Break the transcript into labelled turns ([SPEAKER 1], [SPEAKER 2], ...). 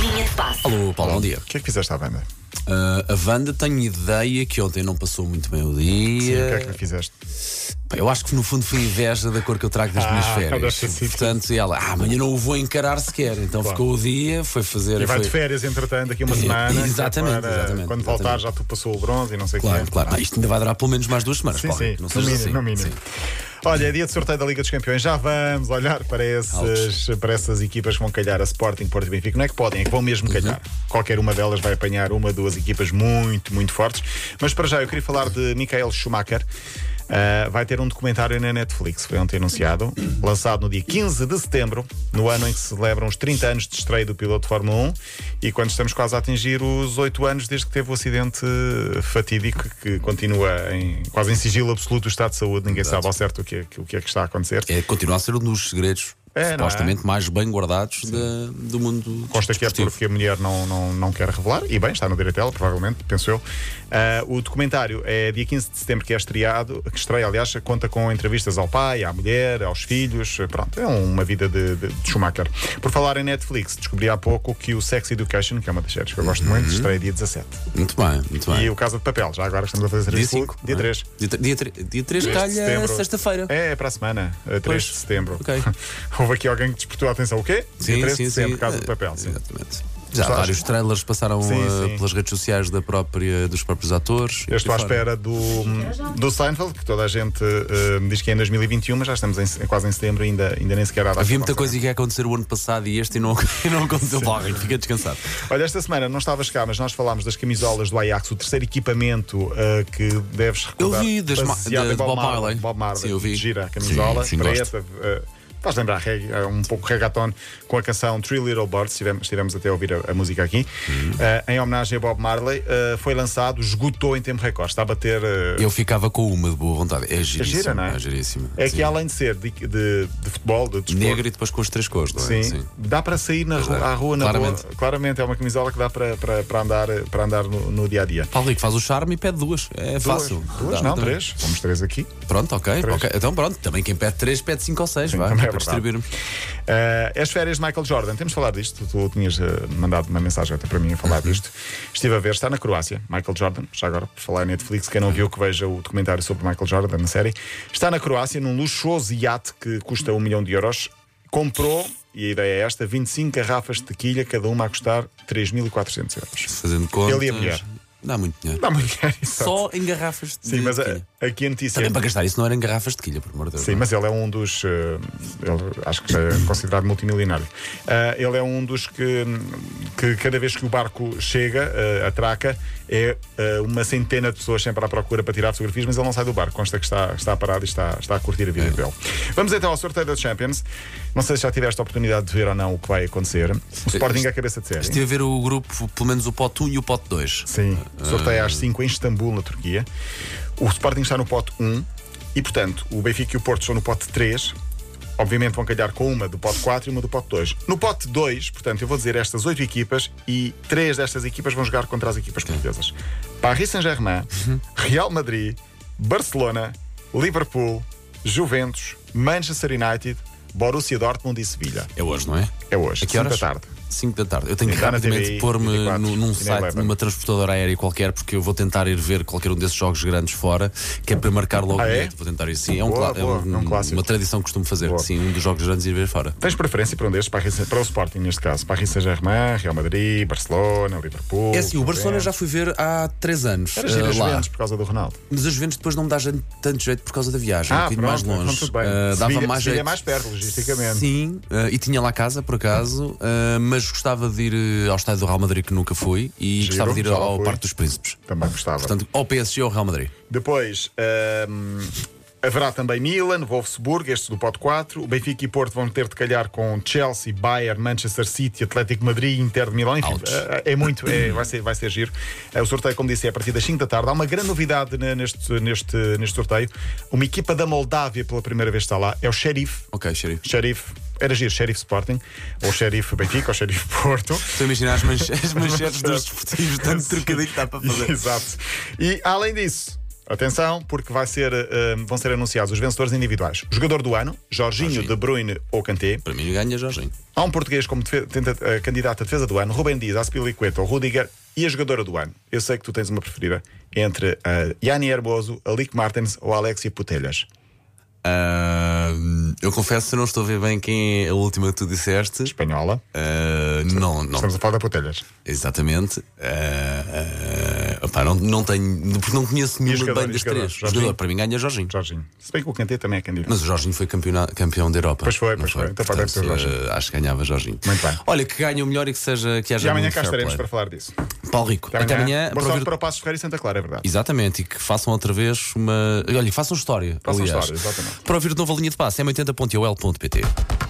[SPEAKER 1] Linha de passe.
[SPEAKER 2] Alô, Paulo, bom dia.
[SPEAKER 3] O que é que fizeste à banda?
[SPEAKER 2] Ah, a Wanda tenho ideia que ontem não passou muito bem o
[SPEAKER 3] Sim,
[SPEAKER 2] dia.
[SPEAKER 3] o que é que lhe fizeste?
[SPEAKER 2] Eh, Pá, Eu acho que no fundo foi inveja da cor que eu trago das
[SPEAKER 3] Ah,
[SPEAKER 2] minhas
[SPEAKER 3] deve
[SPEAKER 2] férias.
[SPEAKER 3] ser sim.
[SPEAKER 2] Portanto, ela, ah, amanhã não o vou encarar sequer. Então
[SPEAKER 3] Claro.
[SPEAKER 2] ficou o dia, foi fazer.
[SPEAKER 3] E vai
[SPEAKER 2] foi...
[SPEAKER 3] de férias, entretanto, daqui a uma
[SPEAKER 2] É,
[SPEAKER 3] semana. que é
[SPEAKER 2] exatamente,
[SPEAKER 3] para,
[SPEAKER 2] exatamente,
[SPEAKER 3] Quando voltar já tu passou o bronze e não sei o
[SPEAKER 2] Claro,
[SPEAKER 3] que.
[SPEAKER 2] claro. Ah, isto ainda vai durar pelo menos mais duas semanas,
[SPEAKER 3] Sim,
[SPEAKER 2] Paulo.
[SPEAKER 3] sim,
[SPEAKER 2] Não
[SPEAKER 3] no
[SPEAKER 2] seja
[SPEAKER 3] mínimo.
[SPEAKER 2] assim.
[SPEAKER 3] no mínimo.
[SPEAKER 2] Sim.
[SPEAKER 3] Olha, é dia de sorteio da Liga dos Campeões. Já vamos olhar para, esses, para essas equipas que vão calhar a Sporting, Porto e Benfica. Não é que podem, é que vão mesmo calhar. Qualquer uma delas vai apanhar uma, duas equipas muito, muito fortes. Mas para já, eu queria falar de Michael Schumacher. Ah, vai ter um documentário na Netflix, foi ontem anunciado, lançado no dia 15 de setembro, no ano em que se celebram os 30 anos de estreia do piloto de Fórmula 1 e quando estamos quase a atingir os 8 anos desde que teve o acidente ah, fatídico que continua em, quase em sigilo absoluto do estado de saúde, ninguém sabe ao certo o que, é, o que é que está a acontecer.
[SPEAKER 2] É, continua a ser um dos segredos
[SPEAKER 3] É, não é?
[SPEAKER 2] supostamente mais bem guardados da- do mundo.
[SPEAKER 3] Consta que é
[SPEAKER 2] desportivo.
[SPEAKER 3] porque a mulher não, não, não quer revelar, e bem, está no direito dela, provavelmente, penso eu. Ah, o documentário é dia 15 de setembro que é estreado, que estreia, aliás, conta com entrevistas ao pai, à mulher, aos filhos, pronto, é uma vida de, de- de Schumacher. Por falar em Netflix, descobri há pouco que o Sex Education, que é uma das séries que eu gosto muito, estreia dia 17.
[SPEAKER 2] Muito bem, muito Uhum. bem.
[SPEAKER 3] E o Casa de Papel, já agora estamos a fazer
[SPEAKER 2] Dia
[SPEAKER 3] serviço público,
[SPEAKER 2] 5.
[SPEAKER 3] dia 3.
[SPEAKER 2] Dia 3. Dia 3
[SPEAKER 3] 3 de
[SPEAKER 2] calha
[SPEAKER 3] setembro.
[SPEAKER 2] sexta-feira.
[SPEAKER 3] É, é para a semana, eh, 3
[SPEAKER 2] Pois.
[SPEAKER 3] de setembro.
[SPEAKER 2] Ok.
[SPEAKER 3] Houve aqui alguém que despertou a atenção. O quê? dia 3 de setembro, Casa de
[SPEAKER 2] Eh,
[SPEAKER 3] Papel. Sim.
[SPEAKER 2] Exatamente. Já
[SPEAKER 3] Gostaste?
[SPEAKER 2] vários trailers passaram
[SPEAKER 3] Sim,
[SPEAKER 2] eh,
[SPEAKER 3] sim.
[SPEAKER 2] pelas redes sociais da própria, dos próprios atores.
[SPEAKER 3] Eu estou à
[SPEAKER 2] E fora.
[SPEAKER 3] espera do, do Seinfeld, que toda a gente eh, diz que é em 2021, mas já estamos em- quase em setembro e ainda, ainda nem sequer há data
[SPEAKER 2] Havia muita
[SPEAKER 3] para lançar.
[SPEAKER 2] coisa que ia acontecer o ano passado e este e não, e não aconteceu. Logo, fica descansado.
[SPEAKER 3] Olha, esta semana não estavas cá, mas nós falámos das camisolas do Ajax, o terceiro equipamento eh, que deves
[SPEAKER 2] Eu
[SPEAKER 3] recordar.
[SPEAKER 2] vi das ma-
[SPEAKER 3] baseado
[SPEAKER 2] da- de
[SPEAKER 3] em
[SPEAKER 2] Bob Marley.
[SPEAKER 3] Bob Marley.
[SPEAKER 2] Sim, eu vi.
[SPEAKER 3] Gira a camisola
[SPEAKER 2] Sim, sim,
[SPEAKER 3] para
[SPEAKER 2] gosto.
[SPEAKER 3] esta. eh, Faz lembrar reggae, eh, um pouco reggaeton com a canção Three Little Birds, estivemos, estivemos até a ouvir a, a música aqui,
[SPEAKER 2] Uhum.
[SPEAKER 3] Eh, em homenagem a Bob Marley, eh, foi lançado, esgotou em tempo recorde, está a bater eh,
[SPEAKER 2] Eu ficava com uma de boa vontade. É giríssima.
[SPEAKER 3] gira, não é?
[SPEAKER 2] giríssima.
[SPEAKER 3] É
[SPEAKER 2] Sim.
[SPEAKER 3] que além de ser de, de- de futebol, de desporto,
[SPEAKER 2] Negra e depois com as três cores, não
[SPEAKER 3] sim,
[SPEAKER 2] é? Sim.
[SPEAKER 3] dá para sair na rua,
[SPEAKER 2] dá.
[SPEAKER 3] à rua na
[SPEAKER 2] Claramente.
[SPEAKER 3] rua. Claramente é uma camisola que dá para, para, para andar, para andar no, no dia a dia.
[SPEAKER 2] Paulo Rico faz o charme e pede duas. É fácil.
[SPEAKER 3] Duas, duas
[SPEAKER 2] Dá,
[SPEAKER 3] não,
[SPEAKER 2] dá.
[SPEAKER 3] três. Vamos três aqui.
[SPEAKER 2] Pronto, ok,
[SPEAKER 3] Três.
[SPEAKER 2] ok. Então pronto, também quem pede três pede cinco ou seis, vai,
[SPEAKER 3] também é
[SPEAKER 2] para
[SPEAKER 3] verdade.
[SPEAKER 2] distribuirmos.
[SPEAKER 3] Eh, as férias de Michael Jordan, temos de falar disto. Tu, tu tinhas eh, mandado uma mensagem até para mim a falar disto. Estive a ver, está na Croácia, Michael Jordan. Já agora, por falar em Netflix, quem não viu, que veja o documentário sobre Michael Jordan na série. Está na Croácia, num luxuoso iate que custa um milhão de euros. Comprou, e a ideia é esta, 25 garrafas de tequilha, cada uma a custar 3.400 euros.
[SPEAKER 2] Fazendo contas.
[SPEAKER 3] Ele e a mulher.
[SPEAKER 2] Dá muito dinheiro.
[SPEAKER 3] Dá muito dinheiro, exato.
[SPEAKER 2] Só em garrafas de
[SPEAKER 3] Sim, mas eh,
[SPEAKER 2] tequila.
[SPEAKER 3] aqui a notícia.
[SPEAKER 2] Também para gastar isso não era em garrafas de quilha, por amor de Deus.
[SPEAKER 3] Sim, mas ele é um dos. eh, ele acho que já é considerado multimilionário. Ah, ele é um dos que, que cada vez que o barco chega, eh, atraca, é eh, uma centena de pessoas sempre à procura para tirar fotografias, mas ele não sai do barco. Consta que está, está parado e está, está a curtir a vida dele. Vamos então ao sorteio da Champions. Não sei se já tiveste a oportunidade de ver ou não o que vai acontecer. O Sporting é a cabeça de série.
[SPEAKER 2] Estive a ver o grupo, pelo menos o pote 1 e o pote 2.
[SPEAKER 3] Sim,
[SPEAKER 2] Ah.
[SPEAKER 3] sorteio às 5 em Istambul, na Turquia. O Sporting está no pote 1 e, portanto, o Benfica e o Porto estão no pote 3. Obviamente vão calhar com uma do pote 4 e uma do pote 2. No pote 2, portanto, eu vou dizer estas 8 equipas e 3 destas equipas vão jogar contra as equipas portuguesas. Paris Saint-Germain,
[SPEAKER 2] Uhum.
[SPEAKER 3] Real Madrid, Barcelona, Liverpool, Juventus, Manchester United, Borussia Dortmund e Sevilha.
[SPEAKER 2] É hoje, não é?
[SPEAKER 3] É hoje,
[SPEAKER 2] A que
[SPEAKER 3] 5 da
[SPEAKER 2] horas?
[SPEAKER 3] tarde.
[SPEAKER 2] 5 da tarde. Eu tenho que
[SPEAKER 3] Está na
[SPEAKER 2] rapidamente
[SPEAKER 3] TVI,
[SPEAKER 2] pôr-me
[SPEAKER 3] 24,
[SPEAKER 2] num, num
[SPEAKER 3] e na
[SPEAKER 2] site,
[SPEAKER 3] Eleven.
[SPEAKER 2] numa transportadora aérea qualquer, porque eu vou tentar ir ver qualquer um desses jogos grandes fora, que é para marcar logo
[SPEAKER 3] Ah, é?
[SPEAKER 2] bilhete. Vou tentar ir sim. É, um,
[SPEAKER 3] Boa,
[SPEAKER 2] cla- é
[SPEAKER 3] boa,
[SPEAKER 2] um-
[SPEAKER 3] é um clássico.
[SPEAKER 2] uma tradição que costumo fazer.
[SPEAKER 3] Boa.
[SPEAKER 2] Sim, um dos jogos grandes ir ver fora.
[SPEAKER 3] Tens preferência para um destes, para, a Rissa- para o Sporting neste caso? Para a Paris Saint-Germain, Real Madrid, Barcelona, Liverpool.
[SPEAKER 2] É assim, o Barcelona
[SPEAKER 3] Juventus.
[SPEAKER 2] já fui ver há 3 anos.
[SPEAKER 3] Era
[SPEAKER 2] eh,
[SPEAKER 3] giro as
[SPEAKER 2] lá.
[SPEAKER 3] Juventus por causa do Ronaldo.
[SPEAKER 2] Mas os Juventus depois não me dá jan- tanto jeito por causa da viagem, um
[SPEAKER 3] Ah,
[SPEAKER 2] bocadinho
[SPEAKER 3] pronto,
[SPEAKER 2] mais
[SPEAKER 3] então
[SPEAKER 2] longe.
[SPEAKER 3] tudo bem.
[SPEAKER 2] Ah, dava
[SPEAKER 3] Sevilha-
[SPEAKER 2] mais
[SPEAKER 3] Sevilha
[SPEAKER 2] jeito.
[SPEAKER 3] é mais perto, logisticamente.
[SPEAKER 2] Sim, ah, e tinha lá casa, por acaso, ah, mas gostava de ir eh, ao estádio do Real Madrid, que nunca fui, e
[SPEAKER 3] Giro,
[SPEAKER 2] gostava de ir
[SPEAKER 3] já lá
[SPEAKER 2] ao
[SPEAKER 3] fui.
[SPEAKER 2] Parque dos Príncipes.
[SPEAKER 3] Também gostava.
[SPEAKER 2] Portanto, ao PSG ou ao Real Madrid.
[SPEAKER 3] Depois hum, haverá também Milan, Wolfsburg, este do pote 4. O Benfica e Porto vão ter de calhar com Chelsea, Bayern, Manchester City, Atlético de Madrid, Inter de Milão. Enfim,
[SPEAKER 2] Ouch.
[SPEAKER 3] eh, é muito, é, vai, ser, vai ser giro. Eh, O sorteio, como disse, é a partir das 5 da tarde. Há uma grande novidade ne- neste, neste, neste sorteio. Uma equipa da Moldávia pela primeira vez está lá. É o Sheriff.
[SPEAKER 2] Ok, xerife.
[SPEAKER 3] Sheriff. Era giro, Sheriff Sporting, ou Sheriff Benfica, ou Sheriff Porto.
[SPEAKER 2] Estou a imaginar as, manche- as manchetes dos desportivos, tanto trocadilho que dá para fazer.
[SPEAKER 3] Exato. E além disso, Atenção, porque vai ser, eh, vão ser anunciados os vencedores individuais. Jogador do ano, Jorginho,
[SPEAKER 2] Jorginho.
[SPEAKER 3] De Bruyne ou Kanté.
[SPEAKER 2] Para mim ganha Jorginho.
[SPEAKER 3] Há um português como defe- tenta- eh, candidato a defesa do ano, Rubem Dias, Aspilicueta, Rudiger e a jogadora do ano. Eu sei que tu tens uma preferida entre a Yanni Herboso, a Lick Martens ou a Alexia Putelhas.
[SPEAKER 2] Ah, eu confesso que não estou a ver bem quem é a última que tu disseste.
[SPEAKER 3] Espanhola.
[SPEAKER 2] Ah, não, não.
[SPEAKER 3] Estamos a falar da Putelhas.
[SPEAKER 2] Exatamente. Ah, ah, opá, não, não tenho. Porque não conheço nenhuma
[SPEAKER 3] jogador,
[SPEAKER 2] bem
[SPEAKER 3] e
[SPEAKER 2] das
[SPEAKER 3] jogador?
[SPEAKER 2] três.
[SPEAKER 3] Jorginho?
[SPEAKER 2] Jogador, para mim ganha Jorginho.
[SPEAKER 3] Jorginho. Se bem que o Kanté também é candidato.
[SPEAKER 2] Mas o Jorginho foi campeona- campeão da Europa.
[SPEAKER 3] Pois foi,
[SPEAKER 2] não
[SPEAKER 3] pois foi. Então, pá, deve
[SPEAKER 2] Portanto,
[SPEAKER 3] ser o Jorginho.
[SPEAKER 2] eh, acho que ganhava Jorginho.
[SPEAKER 3] Muito bem.
[SPEAKER 2] Olha, que ganhe o melhor e que seja que haja
[SPEAKER 3] E amanhã
[SPEAKER 2] muito
[SPEAKER 3] cá
[SPEAKER 2] fair
[SPEAKER 3] estaremos para
[SPEAKER 2] play.
[SPEAKER 3] falar disso.
[SPEAKER 2] Paulo Rico, até, amanhã.
[SPEAKER 3] Boa
[SPEAKER 2] para
[SPEAKER 3] sorte
[SPEAKER 2] ver-
[SPEAKER 3] para o Passo Ferreira e Santa Clara, é verdade.
[SPEAKER 2] Exatamente, e que façam outra vez uma. Olha, e façam história.
[SPEAKER 3] Façam
[SPEAKER 2] aliás.
[SPEAKER 3] história, exatamente.
[SPEAKER 2] Para ouvir de novo a linha de passe, é 80.ol.pt.